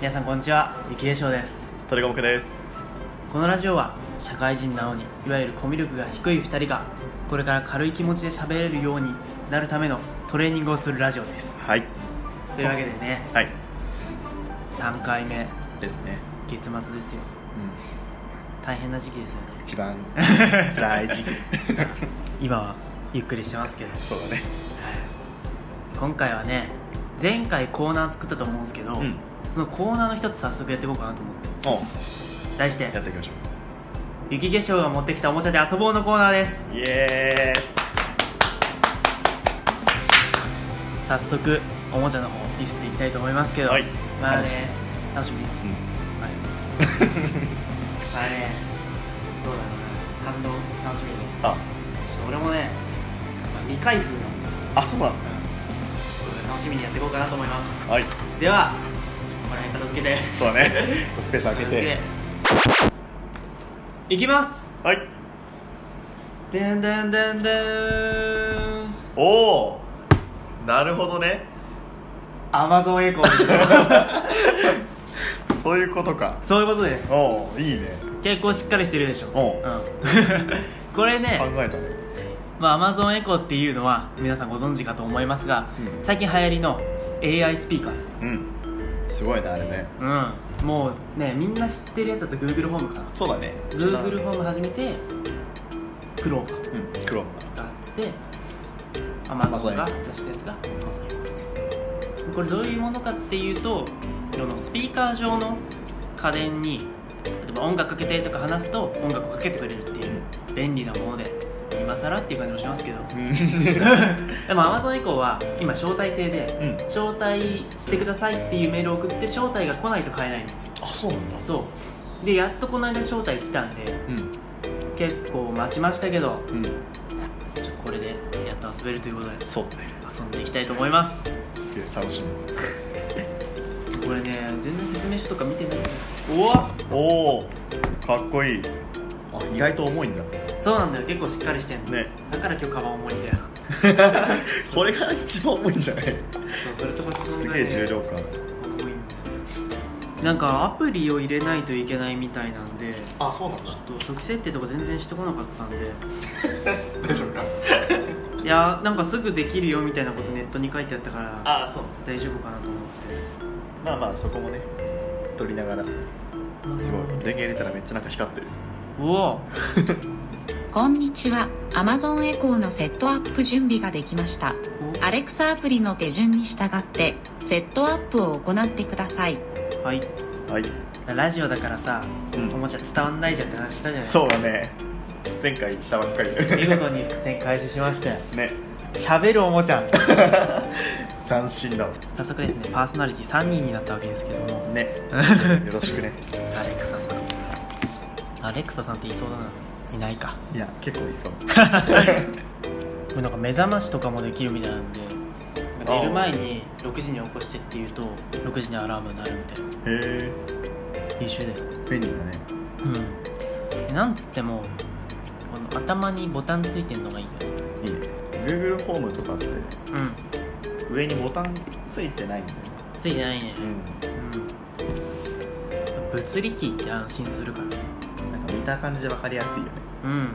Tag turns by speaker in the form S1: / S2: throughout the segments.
S1: 皆さんこんにちは幸恵翔です
S2: 鳥五目です
S1: このラジオは社会人なのにいわゆるコミュ力が低い2人がこれから軽い気持ちで喋れるようになるためのトレーニングをするラジオです
S2: はい
S1: というわけでね
S2: はい
S1: 3回目
S2: ですね、
S1: 月末ですよ
S2: う
S1: 大変な時期ですよね
S2: ん、一 番辛い時期
S1: 今はゆっくりしてますけど
S2: そうだね
S1: 今回はね前回コーナー作ったと思うんですけど、
S2: うん
S1: そのコーナーの一つ早速やっていこうかなと思って
S2: お
S1: 題して
S2: やっていきましょ
S1: 雪化粧が持ってきたおもちゃで遊ぼうのコーナーです
S2: うイエ
S1: 早速おもちゃの方見せていきたいと思いますけど、
S2: はい
S1: まあね楽しみ
S2: ー
S1: あれま
S2: イ、
S1: あねどうだろうな反応楽しみで
S2: あ
S1: ちょっと俺もねまあ未開封なんで、
S2: あそうなんだ
S1: うん、楽しみにやっていこうかなと思います
S2: はい
S1: ではここら辺片付けて
S2: そうだ ねちょっとスペース開け
S1: 片
S2: て
S1: 付けていきます
S2: はい
S1: でんでんでんでん
S2: おおなるほどね
S1: アマゾンエコーですよ
S2: そういうこ とか
S1: そういうことです
S2: おおいいね
S1: 結構しっかりしてるでしょ
S2: おう
S1: うん、 これね
S2: 考えたね
S1: まあ、アマゾンエコっていうのは皆さんご存知かと思いますが、
S2: うん
S1: 最近流行りの AI スピーカーです
S2: うんすごいねあれね
S1: うんもうねみんな知ってるやつだと Google ホームかな
S2: そうだね
S1: Google ホーム始めてクローバー
S2: うん黒
S1: があってアマゾンが
S2: Amazon
S1: 出したやつが Amazon ですこれどういうものかっていうとあのスピーカー上の家電に例えば音楽かけてとか話すと音楽をかけてくれるっていう便利なもので今更っていう感じもしますけど
S2: うん
S1: でも Amazon 以降は今招待制で
S2: うん
S1: 招待してくださいっていうメールを送って招待が来ないと買えないんです
S2: あそうなんだ
S1: そうでやっとこの間招待来たんで
S2: う
S1: 結構待ちましたけど
S2: んうん
S1: ちょっとこれでやっと遊べるということで
S2: そうだね
S1: 遊んでいきたいと思います
S2: すげえ楽しみ
S1: これね全然説明書とか見てないう
S2: わおおかっこいいあ意外と重いんだ
S1: そうなんだよ結構しっかりしてんの、
S2: ね
S1: だから今日カバン重いんだよ
S2: これが一番重いんじゃないす
S1: そうそれとかそのぐら
S2: げ
S1: い
S2: え
S1: で
S2: 重量感
S1: 重いんだよなんかアプリを入れないといけないみたいなんで
S2: あそうなん
S1: ちょっと初期設定とか全然してこなかったんで
S2: 大丈夫か
S1: いやーなんかすぐできるよみたいなことネットに書いてあったから
S2: あそう
S1: 大丈夫かなと思って
S2: まあまあそこもね撮りながらすごい電源入れたらめっちゃなんか光ってる
S1: おお
S3: こんにちは Amazon エコーのセットアップ準備ができましたアレクサアプリの手順に従ってセットアップを行ってください
S1: はい
S2: はい
S1: ラジオだからさ、
S2: うん
S1: おもちゃ伝わんないじゃんって話したじゃない
S2: そうだね前回したばっか り
S1: 見事に伏線回収しましたよ
S2: ね
S1: 喋るおもちゃ
S2: 斬新だわ
S1: 早速ですねパーソナリティ3人になったわけですけども
S2: ね よろしくね
S1: アレクサさんアレクサさんっていそうだないないか
S2: いや結構いそう
S1: これなんか目覚ましとかもできるみたいなんで寝る前に6時に起こしてって言うと6時にアラームになるみたいな
S2: へえ
S1: 優秀だよ
S2: 便利だね
S1: うんなんつってもこの頭にボタンついてんのがいいよね
S2: いいね Google ホームとかって
S1: うん
S2: 上にボタンついてないんだよ
S1: ついてないね
S2: う
S1: うん物理キーって安心するからね
S2: んなんか見た感じで分かりやすいよね
S1: うんね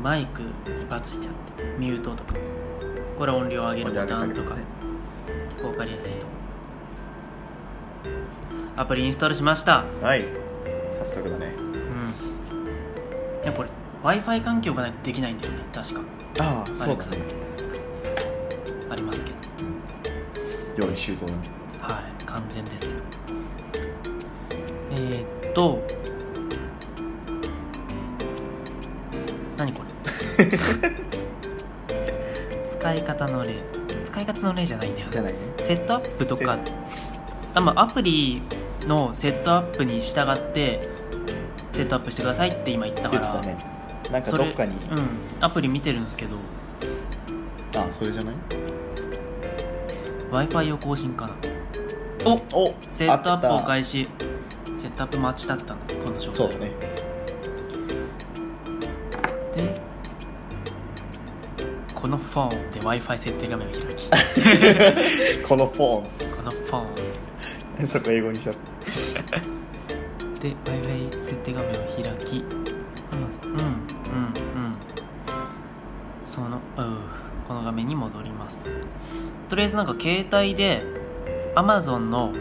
S1: マイク一発してあってミュートとかこれは音量上げるボタンとか、
S2: ね
S1: 結構分かりやすいと思うアプリインストールしました
S2: はい早速だね
S1: うんいやこれ w i f i 環境がないとできないんだよね確か
S2: ああ
S1: そうだねありますけど
S2: 用意周到だね
S1: はい完全ですよえー、っと何これ 使い方の例使い方の例じゃないんだよ
S2: じ
S1: ね
S2: ゃないね
S1: セットアップとかあ、まあ、アプリのセットアップに従ってセットアップしてくださいって今言った
S2: 言っ
S1: か
S2: て
S1: ら
S2: たねなんか
S1: それ
S2: どっかに
S1: うんアプリ見てるんですけど
S2: あそれじゃない
S1: w i f i を更新かなお
S2: お
S1: セットアップを
S2: え
S1: 開始セットアップ待ちだったのこの状態
S2: そうだね
S1: でこのフォンで w i f i 設定画面を開き
S2: このフォーン
S1: このフォン
S2: そこ英語にしちゃった
S1: で Wi-Fi 設定画面を開き Amazon うんうんうんそのうんこの画面に戻りますとりあえずなんか携帯で Amazon の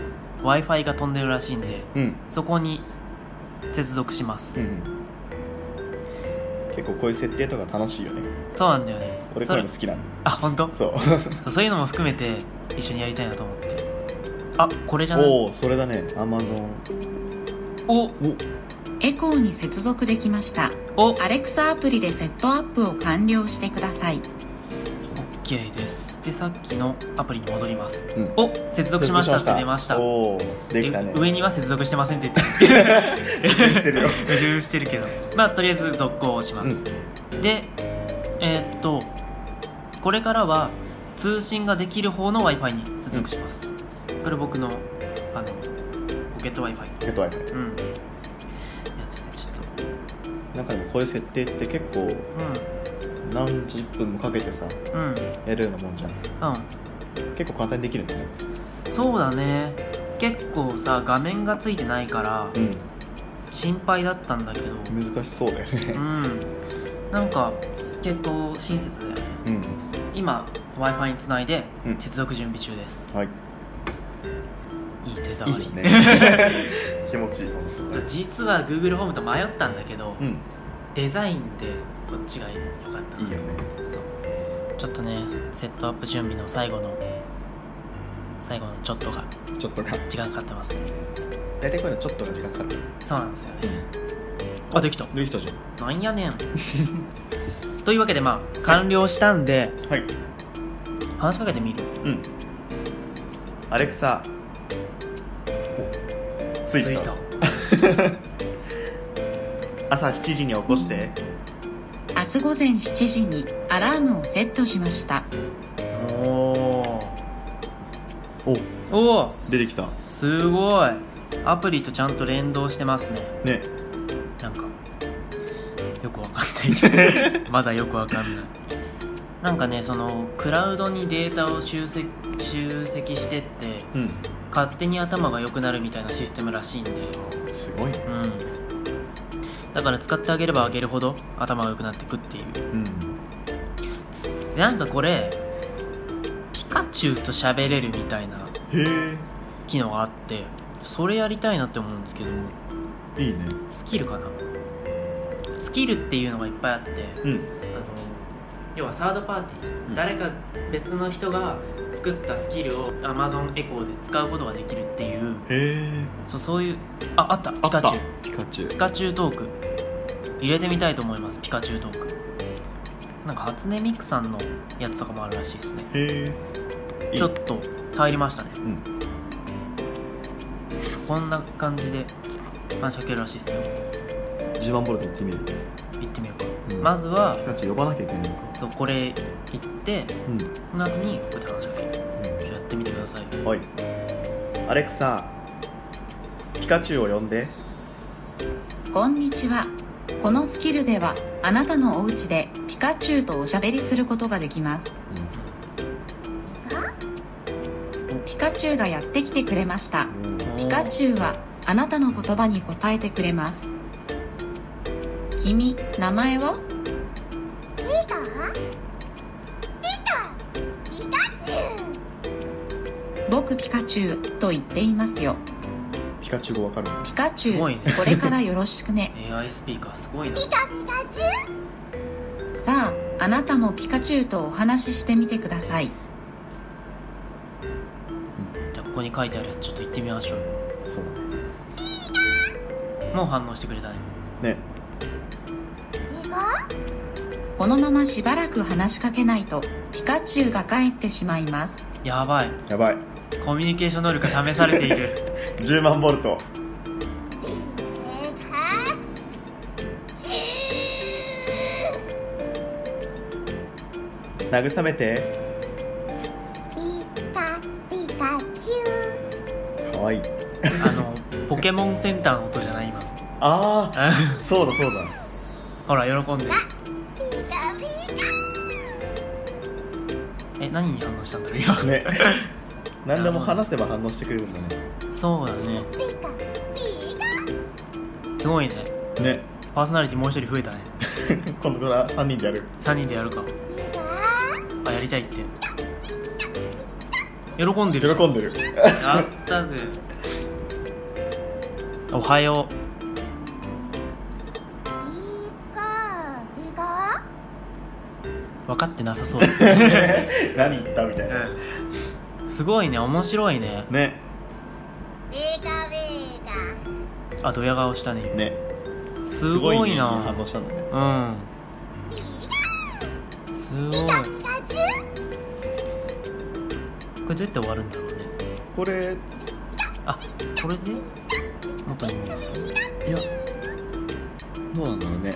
S1: Wi-Fi が飛んでるらしいんで
S2: うん、
S1: そこに接続します、
S2: うん、結構こういう設定とか楽しいよね
S1: そうなんだよね
S2: 俺
S1: そ
S2: こ
S1: う
S2: い
S1: れ
S2: うの好きなの
S1: あ本当
S2: そう
S1: そうそういうのも含めて一緒にやりたいなと思ってあこれじゃない
S2: おおそれだねアマゾン
S1: お
S3: エコーに接続できました
S1: お
S3: アレクサアプリでセットアップを完了してください
S1: OK ですでさっきのアプリに戻ります、
S2: うん
S1: お接続しましたって出ました
S2: おおできたね
S1: で上には接続してませんって言 ってる
S2: してる よ
S1: 矛盾してるけどまあとりあえず続行します、でえーっとこれからは通信ができる方の w i f i に接続します、これ僕のあのポケット w i f
S2: えっと iPhone
S1: i うんやつでちょっ
S2: なんかでもこういう設定って結構
S1: と
S2: 何十分もかけてさ
S1: うんうん
S2: やるようなもんじゃん
S1: うん
S2: 結構簡単にできるんだね
S1: そうだね結構さ画面がついてないから
S2: う
S1: 心配だったんだけどうん
S2: 難しそうだよね
S1: んなんか結構親切だよね
S2: うん
S1: 今 w i f i につないで
S2: うん
S1: 接続準備中です、
S2: はい
S1: いい手触
S2: いい
S1: り
S2: よ ね気持ちいいかもしれない
S1: 実は Google ホームと迷ったんだけど、
S2: うん
S1: デザインでこっちが良かった
S2: いいよね
S1: そうちょっとねセットアップ準備の最後の最後のちょっとが
S2: ちょっとか
S1: 時間かかってますね
S2: 大体こういうのちょっとが時間かかる
S1: そうなんですよねあできた
S2: できたじゃ
S1: なんやねんというわけでまあ完了したんで
S2: んはい
S1: 話しかけてみる
S2: うんアレクサおついた朝7時に起こして
S3: 明日午前7時にアラームをセットしました
S1: お
S2: お
S1: おおお
S2: 出てきた
S1: すごいアプリとちゃんと連動してますね
S2: ね
S1: なんかよくわかんないけどまだよくわかんないなんかねそのクラウドにデータを集積集積してって
S2: うん
S1: 勝手に頭が良くなるみたいなシステムらしいんです
S2: ごいね
S1: うんだから使ってあげればあげるほど頭が良くなってくっていう
S2: うん
S1: でなんかこれピカチュウと喋れるみたいな
S2: へ
S1: 機能があってそれやりたいなって思うんですけど
S2: えいいね
S1: スキルかなスキルっていうのがいっぱいあって
S2: うん
S1: あの要はサードパーティー、
S2: うん
S1: 誰か別の人が作ったスキルを Amazon エコーで使うことができるっていう
S2: へえ
S1: そうそういうああったピ
S2: あ
S1: カチ
S2: った
S1: ュウ
S2: ピカチュウ
S1: ピカチュウトーク入れてみたいと思いますピカチュウトークなんか初音ミクさんのやつとかもあるらしいですね
S2: へえ
S1: ちょっと入りましたね
S2: うん
S1: こんな感じで話しかけるらしいですよ
S2: 10万ボルト行ってみる
S1: 行ってみようか、
S2: うん
S1: まずは
S2: ピカチュウ呼ばなきゃいけないのか
S1: そうこれ行って
S2: うん
S1: この後にこうやって話しかけるちょっとやってみてください
S2: はいアレクサピカチュウを呼んで
S3: こんにちはこのスキルではあなたのお家でピカチュウとおしゃべりすることができますピカチュウがやってきてくれましたピカチュウはあなたの言葉に答えてくれます君名前は
S4: ピカピカピカチュウ
S3: 僕ピカチュウと言っていますよ
S2: ピカチュウ語わかるの
S3: ピカチ
S1: すごい
S3: ュ
S1: ね
S3: ウ、これからよろしくね
S1: AI スピーカーすごいな
S4: ピカピカチュウ
S3: さああなたもピカチュウとお話ししてみてください
S1: じゃあここに書いてあるやつちょっと行ってみましょう
S2: そう
S1: もう反応してくれたね
S2: だねね
S4: ピカ
S3: このまましばらく話しかけないとピカチュウが帰ってしまいます
S1: やばい
S2: やばい
S1: コミュニケーション能力が試されている
S2: 10万ボルト
S4: ピカチュウ
S2: 慰めて
S4: ピカピカチュ
S2: かわい
S1: あ
S2: い
S1: のポケモンセンターの音じゃない今 の
S2: ああそうだそうだ
S1: ほら喜んでる
S4: ウピカピカ
S1: え何に反応したんだろう今
S2: ね何でも話せば反応してくれるんだね
S1: すそうだね
S4: ピカピカ
S1: すごいね
S2: ね
S1: パーソナリティもう一人増えたね
S2: 今度から3人でやる
S1: 3人でやるか
S4: ピカ
S1: あやりたいって喜んでるじゃ
S2: 喜んでる
S1: やったぜおはよ
S4: ピカ
S1: う分かってなさそう
S2: 何言ったみたいな
S1: うんすごいね面白いね
S2: ね
S4: ピカピカ
S1: あドヤ顔したね
S2: ね
S1: すごい
S2: すね
S1: な
S2: 反応したんだね
S1: うん
S4: ピ
S1: すごい
S4: カピカチ
S1: こ
S4: ュ
S1: れどうやって終わるんだろうね
S2: これ
S1: あこれで元に戻す
S2: いやどうなんだろうね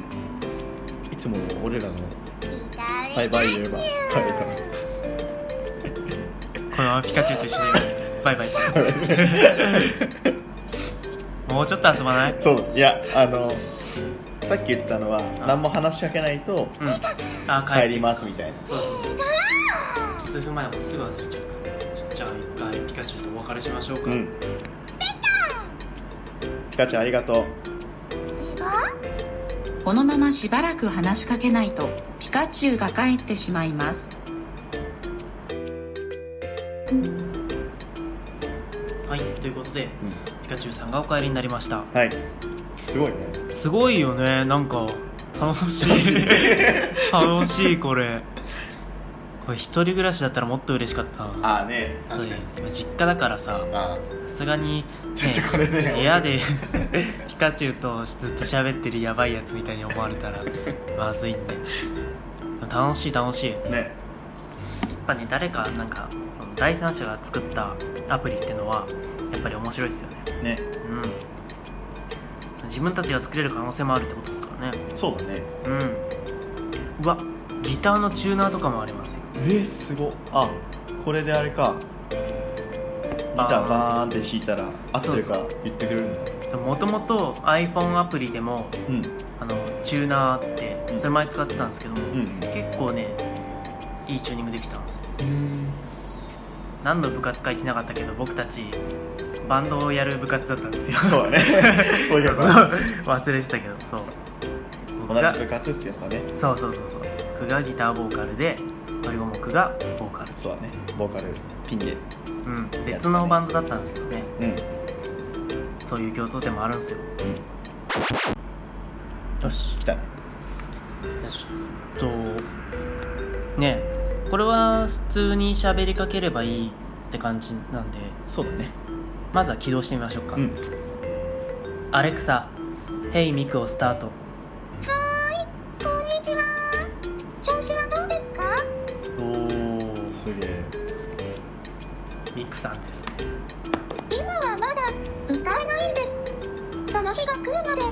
S2: いつも俺らの
S4: ピカピカ
S2: バイバイ言えば彼から
S1: このままピカチュウと一緒でバイバイする もうちょっと遊ばない
S2: そういやあのさっき言ってたのは何も話しかけないと
S1: うんあ
S2: 帰りますみたいな
S1: そうそうそう数分前もすぐ忘れちゃうからじゃあ一回ピカチュウとお別れしましょうか、
S2: うんピカちゃんありがとう
S4: ピカ
S3: このまましばらく話しかけないとピカチュウが帰ってしまいます
S1: はいということでピカチュウさんがお帰りになりました
S2: はいすごいね
S1: すごいよねなんか楽しい楽しいこれこれ一人暮らしだったらもっと嬉しかった な
S2: ああね確かに
S1: そう今実家だからさ
S2: あ
S1: さすがに、
S2: あちょ
S1: ね
S2: っとこれね
S1: 部屋で ピカチュウとずっと喋ってるやばいやつみたいに思われたらまずいんで楽しい楽しいやっ
S2: ね
S1: ぱね誰かなんかその第三者が作ったアプリってのはやっぱり面白いですよね
S2: ね
S1: うん自分たちが作れる可能性もあるってことですからね
S2: そうだね
S1: うんうわギターのチューナーとかもありますよ
S2: えー、すごっあこれであれかギターバーンって弾いたら合ってるか言ってくれるんだ
S1: もともと iPhone アプリでも
S2: うん
S1: あのチューナーって
S2: うん
S1: それ前使ってたんですけども、
S2: うん
S1: 結構ねいいチューニングできたんですよ何の部活か言ってなかったけど僕たちバンドをやる部活だったんですよ
S2: そう だねそういうこと
S1: 忘れてたけどそう僕
S2: 同
S1: が
S2: じ部活ってやつだね
S1: そうそうそうそう僕がギターボーカルで鳥五目がボーカル
S2: そうだねボーカルピンで
S1: うん別のバンドだったんですけどね
S2: うん
S1: そういう共通点もあるんですよよし
S2: 来たね
S1: よしえっとねえこれは普通に喋りかければいいって感じなんで
S2: そうだね
S1: まずは起動してみましょうか、
S2: うん
S1: アレクサ「ヘイミク」をスタート
S4: こんにちは調子はどうですか
S1: おお
S2: すげえ
S1: ミクさんですね
S4: 今はまだ歌えないんですその日が来るまで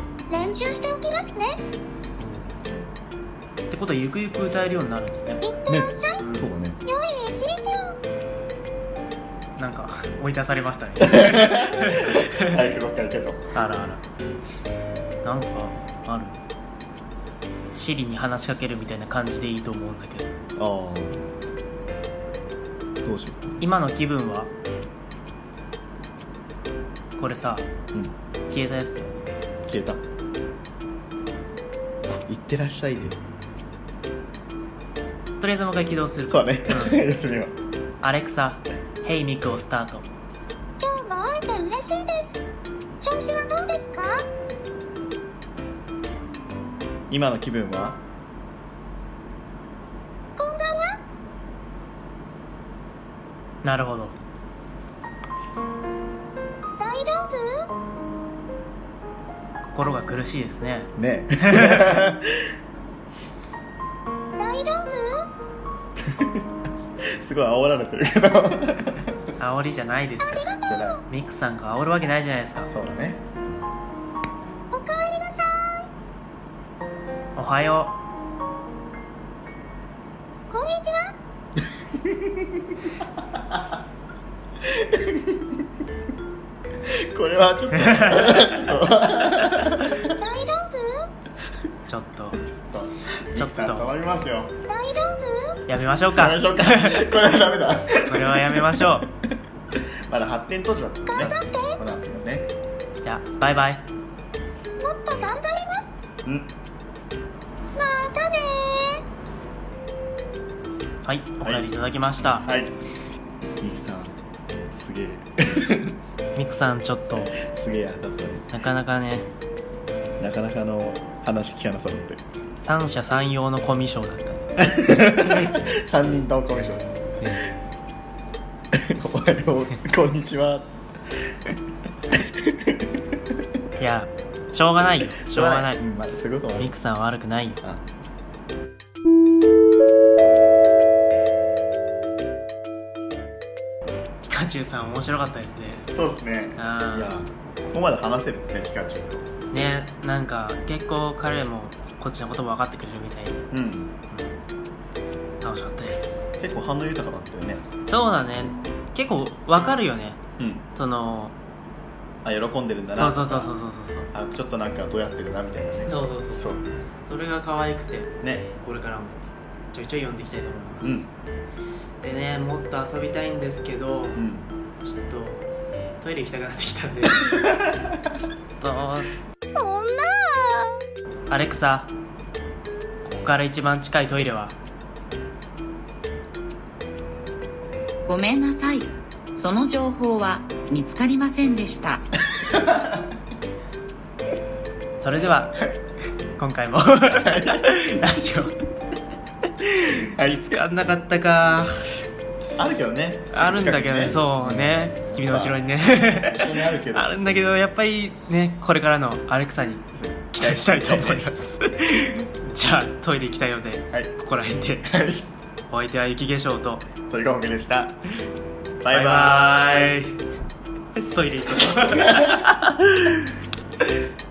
S4: 練習しておきますね
S1: ってことはゆくゆく歌えるようになるんですね
S4: いってらっしゃい、
S1: うん
S2: そうだね
S4: 良い一日を
S1: なんか 追い出されましたね
S2: 早くばっかりけど
S1: あらあらなんかあるシリに話しかけるみたいな感じでいいと思うんだけど
S2: ああどうしよ
S1: 今の気分はこれさ
S2: ううん
S1: 消えたやつだよね
S2: 消えたいってらっしゃいで
S1: とりあえずもう一回起動する
S2: そ
S1: か
S2: うだねやってみよう
S1: アレクサ「ヘイミク」をスタート
S4: 今日も会えて嬉しいです調子はどうですか
S2: 今の気分は
S4: こんばんは
S1: なるほど
S4: 大丈夫
S1: 心が苦しいですね
S2: ね
S4: 大丈夫
S2: え すごい煽られてるけどじ
S1: 煽りじゃないですよ
S2: ゃな
S1: ミクさんが煽るわけないじゃないですか
S2: いそうだね
S4: おかえりなさ
S1: おはよ
S4: いこんにちは
S2: これは ちょっと
S4: 大丈夫
S1: うちょっと
S2: ちょっとミキさん頼みますよ
S4: 大丈夫
S1: やめましょう
S2: や
S1: か
S2: めましょうかこれはダメだ
S1: これはやめましょう
S2: まだ発展途上だったもんね
S4: 頑張って
S2: ほら
S1: じゃあバイバイ
S4: もっと頑張ります
S2: うん
S4: またねー
S1: はいお帰りいただきました、
S2: はいミキさんすげえ
S1: ミクさんちょっと
S2: すげえやだったね
S1: なかなかね
S2: なかなかの話聞かなさそうって
S1: 三者三様のコミュ障だったね
S2: 3人ともコミュ障
S1: ね
S2: おはようこんにちはい
S1: やしょうがないよしょうがない
S2: んまあ、そういうこともある
S1: ミクさんは悪くないよ
S2: あ
S1: ピカチュウさん面白かったですね
S2: そうですねいや
S1: あ
S2: ここまで話せるんですねピカチュウと
S1: ーねなんか結構彼もこっちのことも分かってくれるみたいで
S2: うん
S1: 楽しかったです
S2: 結構反応豊かだったよね
S1: そうだね結構分かるよね
S2: うん
S1: その
S2: あ喜んでるんだ
S1: そ
S2: な
S1: うそうそうそうそうそう
S2: あちょっとなんかどうやってるなみたいなね
S1: そうそうそう
S2: そう
S1: それが可愛くて
S2: ね
S1: これからもちょいちょい読んでいきたいと思います、
S2: うん
S1: でねもっと遊びたいんですけど、
S2: うん
S1: ちょっとトイレ行きたくなってきた んでちょっ
S4: そんな
S1: とアレクサここから一番近いトイレは
S3: ごめんなさいその情報は見つかりませんでした
S1: それでは今回 もラジオ
S2: はい
S1: つかんなかったか
S2: あるけどね
S1: あるんだけどねそうね君の後ろにね
S2: ここにあるけど
S1: あるんだけどやっぱりねこれからのアレクサに期待したいと思います じゃあトイレ行きたいので
S2: はい
S1: ここら辺で
S2: はい
S1: お相手は雪化粧と
S2: 鳥籠でしたバイ
S1: バ
S2: バ
S1: イ
S2: ーイ
S1: バーイトイレ行こう